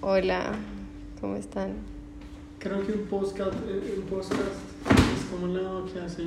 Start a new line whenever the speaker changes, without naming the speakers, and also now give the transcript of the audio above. Hola, ¿cómo están?
Creo que un podcast, eh, un podcast es como la que hace